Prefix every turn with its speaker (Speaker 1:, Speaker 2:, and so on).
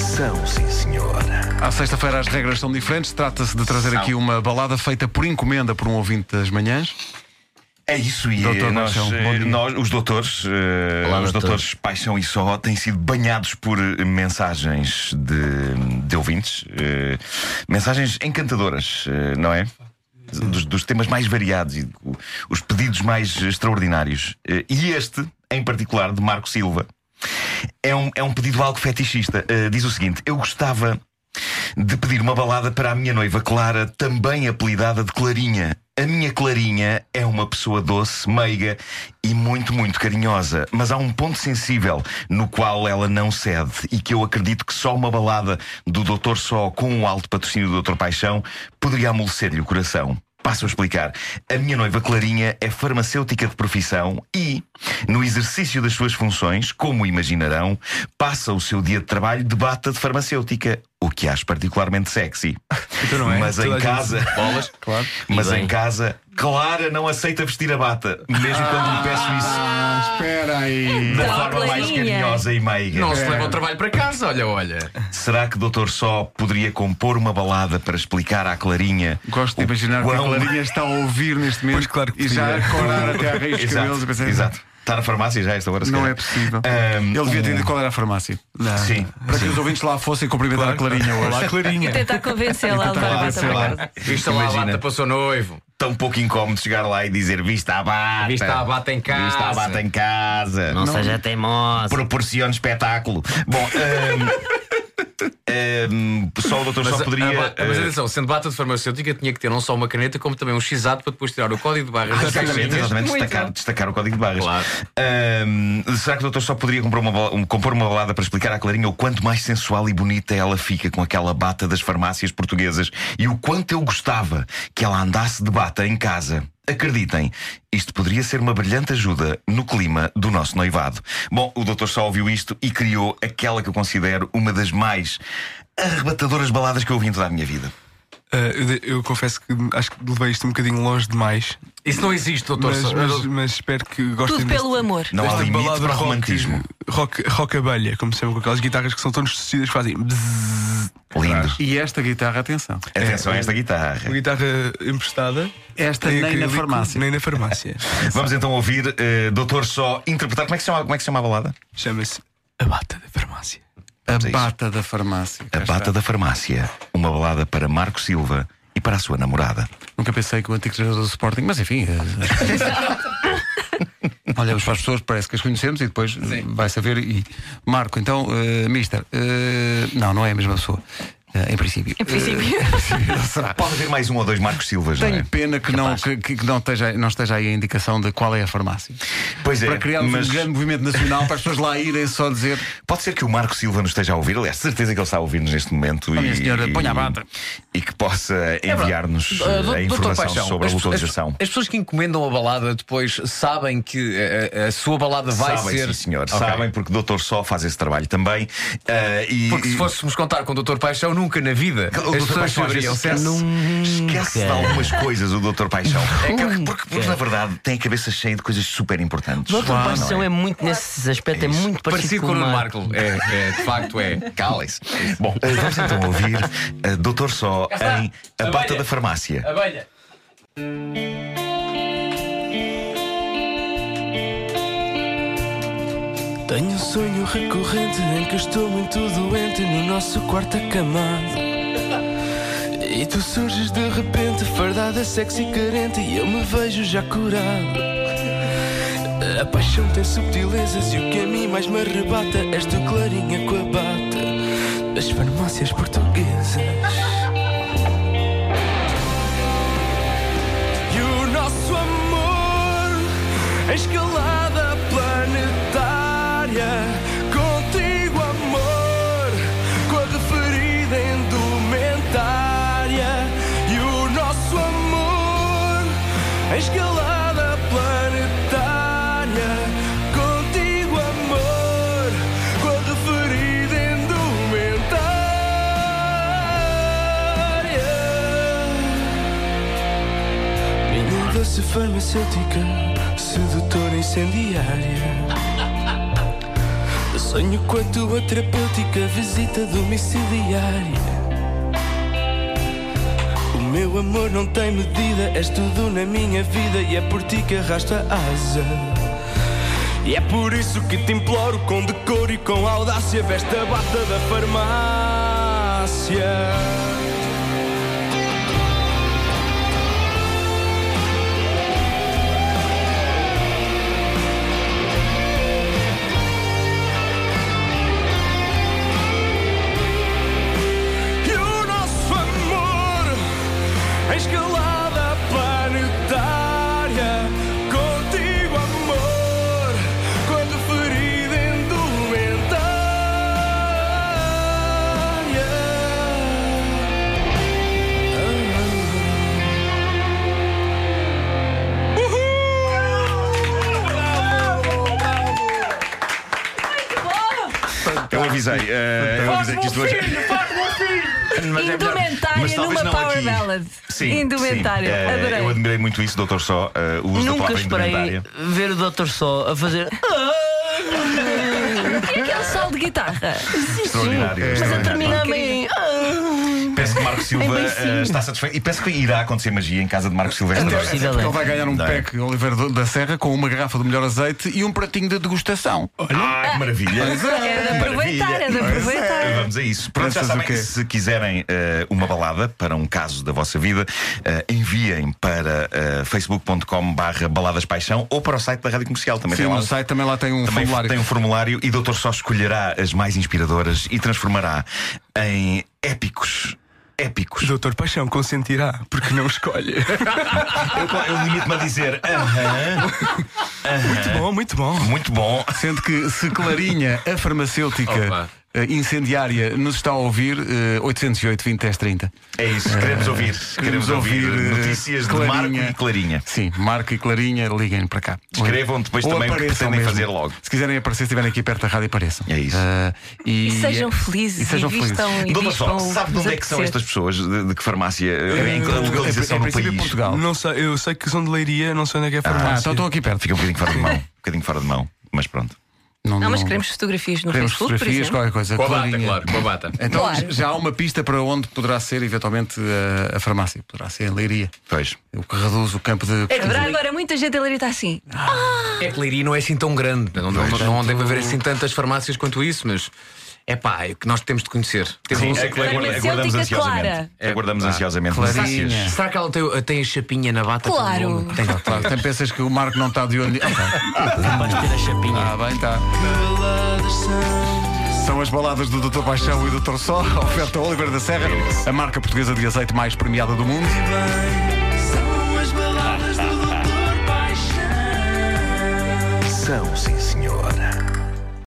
Speaker 1: São, sim, senhora.
Speaker 2: À sexta-feira as regras são diferentes. Trata-se de trazer
Speaker 3: São.
Speaker 2: aqui uma balada feita por encomenda por um ouvinte das manhãs.
Speaker 3: É isso, e
Speaker 2: Doutor
Speaker 3: eh, nós,
Speaker 2: Paixão,
Speaker 3: eh,
Speaker 2: bom dia.
Speaker 3: nós, os doutores, eh,
Speaker 4: Olá,
Speaker 3: os
Speaker 4: doutor.
Speaker 3: doutores Paixão e Só têm sido banhados por eh, mensagens de, de ouvintes, eh, mensagens encantadoras, eh, não é? Dos, dos temas mais variados e o- os pedidos mais extraordinários. Eh, e este, em particular, de Marco Silva, é um, é um pedido algo fetichista. Eh, diz o seguinte: Eu gostava de pedir uma balada para a minha noiva Clara, também apelidada de Clarinha. A minha Clarinha é uma pessoa doce, meiga e muito, muito carinhosa, mas há um ponto sensível no qual ela não cede e que eu acredito que só uma balada do Doutor Só com o alto patrocínio do Doutor Paixão poderia amolecer-lhe o coração. Passo a explicar. A minha noiva Clarinha é farmacêutica de profissão e, no exercício das suas funções, como imaginarão, passa o seu dia de trabalho de bata de farmacêutica, o que acho particularmente sexy.
Speaker 4: Então é?
Speaker 3: Mas em casa.
Speaker 4: Bolas, claro.
Speaker 3: Mas em casa, Clara não aceita vestir a bata, mesmo quando lhe peço isso
Speaker 2: Ah, Espera aí.
Speaker 3: da
Speaker 5: Ah, Então,
Speaker 3: forma mais
Speaker 5: Clarinha.
Speaker 3: carinhosa e meiga.
Speaker 4: Não se leva o trabalho para casa, olha, olha.
Speaker 3: Será que Doutor Só poderia compor uma balada para explicar à Clarinha?
Speaker 2: Gosto de
Speaker 3: o
Speaker 2: imaginar que a
Speaker 3: quão-
Speaker 2: Clarinha está a ouvir neste momento
Speaker 6: Pois, claro que
Speaker 2: e já a
Speaker 6: podia.
Speaker 2: corar até à raiz dos cabelos e
Speaker 3: Exato,
Speaker 2: pensar,
Speaker 3: exato. Está na farmácia já a esta hora? se
Speaker 2: Não
Speaker 3: calhar.
Speaker 2: é possível.
Speaker 3: Ahm,
Speaker 2: Ele devia ter
Speaker 3: o-
Speaker 2: ido qual era a farmácia.
Speaker 3: Sim.
Speaker 2: Para que os ouvintes lá fossem cumprimentar a Clarinha hoje.
Speaker 6: Olá, Clarinha.
Speaker 5: Tentar convencê-la
Speaker 7: Tá
Speaker 5: a levar a bata
Speaker 3: sei
Speaker 5: para
Speaker 3: lá.
Speaker 5: casa.
Speaker 4: Vista lá a
Speaker 3: Imagina.
Speaker 4: bata para o seu noivo.
Speaker 3: Tão pouco incómodo chegar lá e dizer vista à bata.
Speaker 4: Vista à bata em casa.
Speaker 3: Vista à bata em casa.
Speaker 7: Não, seja teimosa.
Speaker 3: Proporciona espetáculo. Bom, ahm, ahm, só o doutor
Speaker 4: Mas,
Speaker 3: só
Speaker 4: a- a
Speaker 3: poderia. eh,
Speaker 4: ba- mas atenção, sendo bata de farmacêutica, tinha que ter não só uma caneta, como também um x-ato para depois tirar o código de barras.
Speaker 3: ah,
Speaker 4: das
Speaker 3: Exatamente,
Speaker 4: caixinhas.
Speaker 3: exatamente
Speaker 4: Muito.
Speaker 3: destacar, destacar o código de barras.
Speaker 4: Claro.
Speaker 3: Ahm, será que o doutor só poderia comprar uma bala- um- compor uma balada para explicar à Clarinha o quanto mais sensual e bonita ela fica com aquela bata das farmácias portuguesas e o quanto eu gostava que ela andasse de bata em casa? Acreditem, isto poderia ser uma brilhante ajuda no clima do nosso noivado. Bom, o doutor só ouviu isto e criou aquela que eu considero uma das mais arrebatadoras baladas que eu ouvi em toda a minha vida.
Speaker 6: Ah, eu, de- eu confesso que acho que levei isto um bocadinho longe demais,
Speaker 4: Isso não existe, doutor.
Speaker 6: mas,
Speaker 4: Sá.
Speaker 6: mas- mas espero que gostem
Speaker 5: Tudo pelo
Speaker 6: deste-
Speaker 5: amor.
Speaker 3: Não há
Speaker 6: desta
Speaker 3: limite
Speaker 6: balada
Speaker 3: para
Speaker 6: rock,
Speaker 3: romantismo.
Speaker 6: Rock, rock abelha, É como sempre, com aquelas guitarras que são tão distorcidas que fazem. bzzz.
Speaker 3: Lindo.
Speaker 2: E esta guitarra, atenção.
Speaker 3: Atenção a esta guitarra.
Speaker 6: Uma guitarra emprestada.
Speaker 2: Esta
Speaker 6: em
Speaker 2: nem na
Speaker 6: acrílico,
Speaker 2: farmácia.
Speaker 6: Nem na farmácia.
Speaker 3: Vamos então ouvir eh, Doutor Só interpretar. Como é que se chama, como é que se chama a balada?
Speaker 6: Chama-se A Bata da Farmácia.
Speaker 2: A
Speaker 3: Vamos a isso.
Speaker 2: bata da farmácia.
Speaker 3: A
Speaker 2: Cá
Speaker 3: Bata
Speaker 2: está.
Speaker 3: da Farmácia. Uma balada para Marco Silva e para a sua namorada.
Speaker 2: Nunca pensei que o antigo treinador do Sporting, mas enfim. eh, Olhamos para as pessoas, parece que as conhecemos e depois eh, vai saber. E Marco, então, eh, Mister, eh, não, não é a mesma pessoa. Eh, em princípio.
Speaker 5: Em princípio.
Speaker 3: Pode haver mais um ou dois Marcos Silvas, não
Speaker 2: Tenho
Speaker 3: é?
Speaker 2: pena que, não, que, que- que não, esteja, não esteja aí a indicação de qual é a farmácia.
Speaker 3: Pois é,
Speaker 2: Para criarmos
Speaker 3: mas-
Speaker 2: um grande movimento nacional para as pessoas lá irem só dizer. é
Speaker 3: Pode ser que o Marco Silva nos esteja a ouvir. Aliás, certeza que ele está a ouvir-nos neste momento.
Speaker 2: minha
Speaker 3: e,
Speaker 2: senhora,
Speaker 3: e-
Speaker 2: ponha a bata.
Speaker 3: E que possa enviar-nos
Speaker 4: Ah,
Speaker 3: eh,
Speaker 4: doutor
Speaker 3: a informação
Speaker 4: Paixão,
Speaker 3: sobre a
Speaker 4: as-
Speaker 3: localização.
Speaker 4: As, as pessoas que encomendam a balada depois sabem que eh, a, a sua balada vai
Speaker 3: Sabem,
Speaker 4: ser.
Speaker 3: sim, senhor.
Speaker 4: Ok.
Speaker 3: Sabem, porque o Doutor Só faz esse trabalho também. Eh, e-
Speaker 4: Porque se
Speaker 3: e-
Speaker 4: fôssemos contar com o Dr. Paixão, nunca na vida
Speaker 3: O
Speaker 4: as
Speaker 3: Dr.
Speaker 4: pessoas
Speaker 3: Paixão às
Speaker 4: saberiam.
Speaker 3: vezes esquece, esquece de algumas coisas, o Dr. Paixão. É que- porque, porque, na verdade, tem a cabeça cheia de coisas super importantes.
Speaker 7: Doutor
Speaker 3: Não
Speaker 7: Paixão é muito, nesse aspecto, é, muito
Speaker 4: Parecido com o Nuno Marco. É, é, de facto é.
Speaker 3: Calem-se. Bom, eh, vamos então ouvir eh, Doutor Só em A Bata da Farmácia.
Speaker 4: Abelha.
Speaker 8: Tenho um sonho recorrente em que estou muito doente no nosso quarto acamado. E tu surges de repente, fardada, sexy e carente, e eu me vejo já curado. A paixão tem subtilezas e o que a mim mais me arrebata és tu, clarinha com a bata das farmácias portuguesas. E o nosso amor, a escalada planetária. Contigo, amor, com a referida indumentária. E o nosso amor, a escalada planetária. Contigo, amor, com a referida indumentária. Minha doce farmacêutica, sedutora incendiária. Sonho com a tua terapêutica visita domiciliária. O meu amor não tem medida, és tudo na minha vida e é por ti que arrasto a asa. E é por isso que te imploro com decoro e com audácia, veste a bata da farmácia. E o nosso amor em escalada planetária. Contigo, amor, quando ferida em doentária.
Speaker 3: Eu avisei. eh, eu avisei que isto hoje. um Mas é melhor-
Speaker 5: um Indumentária
Speaker 3: mas talvez
Speaker 5: numa
Speaker 3: não
Speaker 5: power
Speaker 3: aqui.
Speaker 5: ballad.
Speaker 3: Sim,
Speaker 5: Indumentária,
Speaker 3: sim. Eh,
Speaker 5: adorei.
Speaker 3: Eu admirei muito isso, doutor Só, eh, o uso da
Speaker 7: Nunca
Speaker 3: palavra
Speaker 7: esperei
Speaker 3: indumentária.
Speaker 7: ver o Dr. Só a fazer. "Ah,
Speaker 5: E aquele solo de guitarra?
Speaker 3: Extraordinário.
Speaker 4: É.
Speaker 3: extraordinário.
Speaker 7: Terminar bem.
Speaker 3: Peço que
Speaker 5: É
Speaker 3: Marco Silva
Speaker 7: Em
Speaker 3: eh,
Speaker 7: beicinho.
Speaker 3: está satisfeito e peço que irá acontecer magia em casa de Marco Silva esta
Speaker 7: Até
Speaker 3: noite.
Speaker 7: possível.
Speaker 2: Porque ele vai ganhar um
Speaker 3: Não é?
Speaker 2: pack Oliveira do- da Serra com uma garrafa do melhor azeite e um pratinho de degustação.
Speaker 3: Ah, que maravilha!
Speaker 5: É de aproveitar, é de
Speaker 3: Maravilha.
Speaker 5: aproveitar.
Speaker 3: Vamos a isso. Pronto, já
Speaker 2: Pensas
Speaker 3: sabem
Speaker 2: o quê?
Speaker 3: se quiserem eh, uma balada para um caso da vossa vida, eh, enviem para eh, facebook.com barra baladaspaixão ou para o site da Rádio Comercial também.
Speaker 2: Sim,
Speaker 3: tem lá
Speaker 2: no
Speaker 3: um-
Speaker 2: site também lá tem um
Speaker 3: também
Speaker 2: formulário.
Speaker 3: tem um formulário e o doutor só escolherá as mais inspiradoras e transformará em épicos. Épicos.
Speaker 6: Doutor Paixão consentirá, porque não escolhe.
Speaker 3: Eu, eu limito-me a dizer aham,
Speaker 6: muito bom, muito bom.
Speaker 3: muito bom.
Speaker 2: Sendo que se Clarinha, a farmacêutica
Speaker 4: Opa.
Speaker 2: eh, incendiária, nos está a ouvir, eh, 808 20 10 30.
Speaker 3: É isso, queremos ouvir. Queremos ouvir
Speaker 2: eh,
Speaker 3: notícias de Marco e Clarinha.
Speaker 2: Sim, Marco e Clarinha, liguem para cá.
Speaker 3: Escrevam depois também o que
Speaker 2: apareçam
Speaker 3: pretendem fazer logo.
Speaker 2: Se quiserem aparecer, se estiverem aqui perto da rádio, apareçam.
Speaker 3: É isso.
Speaker 2: Eh, e,
Speaker 5: E
Speaker 3: é-
Speaker 5: sejam felizes.
Speaker 2: E sejam
Speaker 5: e vistam
Speaker 2: felizes.
Speaker 5: e
Speaker 3: Doutor
Speaker 5: dispam
Speaker 3: Só,
Speaker 5: o
Speaker 3: sabe de
Speaker 5: que
Speaker 3: onde é
Speaker 5: vos
Speaker 3: que são
Speaker 5: apetecer.
Speaker 3: estas pessoas? De, de que farmácia? Em que localização
Speaker 2: em,
Speaker 3: no
Speaker 2: princípio,
Speaker 3: país?
Speaker 2: Portugal.
Speaker 6: Não sei, eu sei que são de leiria, não sei onde é que é a
Speaker 2: Ah,
Speaker 6: farmácia.
Speaker 2: então estão aqui perto.
Speaker 3: Fica um bocadinho fora de mão. Um bocadinho fora de mão, mas pronto.
Speaker 5: Não, mas queremos fotografias no
Speaker 2: Queremos
Speaker 5: Facebook, por
Speaker 2: fotografias,
Speaker 3: é
Speaker 5: exemplo.
Speaker 2: qualquer coisa.
Speaker 4: Com a bata,
Speaker 2: Clarinha.
Speaker 4: claro, com a bata.
Speaker 2: Então
Speaker 5: Claro.
Speaker 2: já há uma pista para onde poderá ser eventualmente a, a farmácia. Poderá ser em Leiria.
Speaker 3: Pois.
Speaker 2: O que reduz o campo de.
Speaker 5: É que haverá agora muita gente a ler e está assim.
Speaker 4: É que Leiria não é assim tão grande. Não, não, não, não deve haver assim tantas farmácias quanto isso, mas é pá, é que nós temos de conhecer. Temos
Speaker 3: Sim,
Speaker 4: um-
Speaker 3: agu- agu- aguardamos
Speaker 5: Farmacêutica
Speaker 3: ansiosamente.
Speaker 5: Clara.
Speaker 3: Aguardamos ansiosamente
Speaker 2: Clarinha.
Speaker 3: notícias.
Speaker 4: Será que ela tem, tem a chapinha na bata? com o
Speaker 5: Claro.
Speaker 4: nome? Tem, tem.
Speaker 2: Claro, tem pensas que o Marco não está de olho. ni- Ok.
Speaker 7: Vais ter a chapinha.
Speaker 2: Ah, bem, tá. São as baladas do Dr. Paixão e do Dr. Só, a oferta Oliver da Serra, a marca portuguesa de azeite mais premiada do mundo.
Speaker 8: Bem,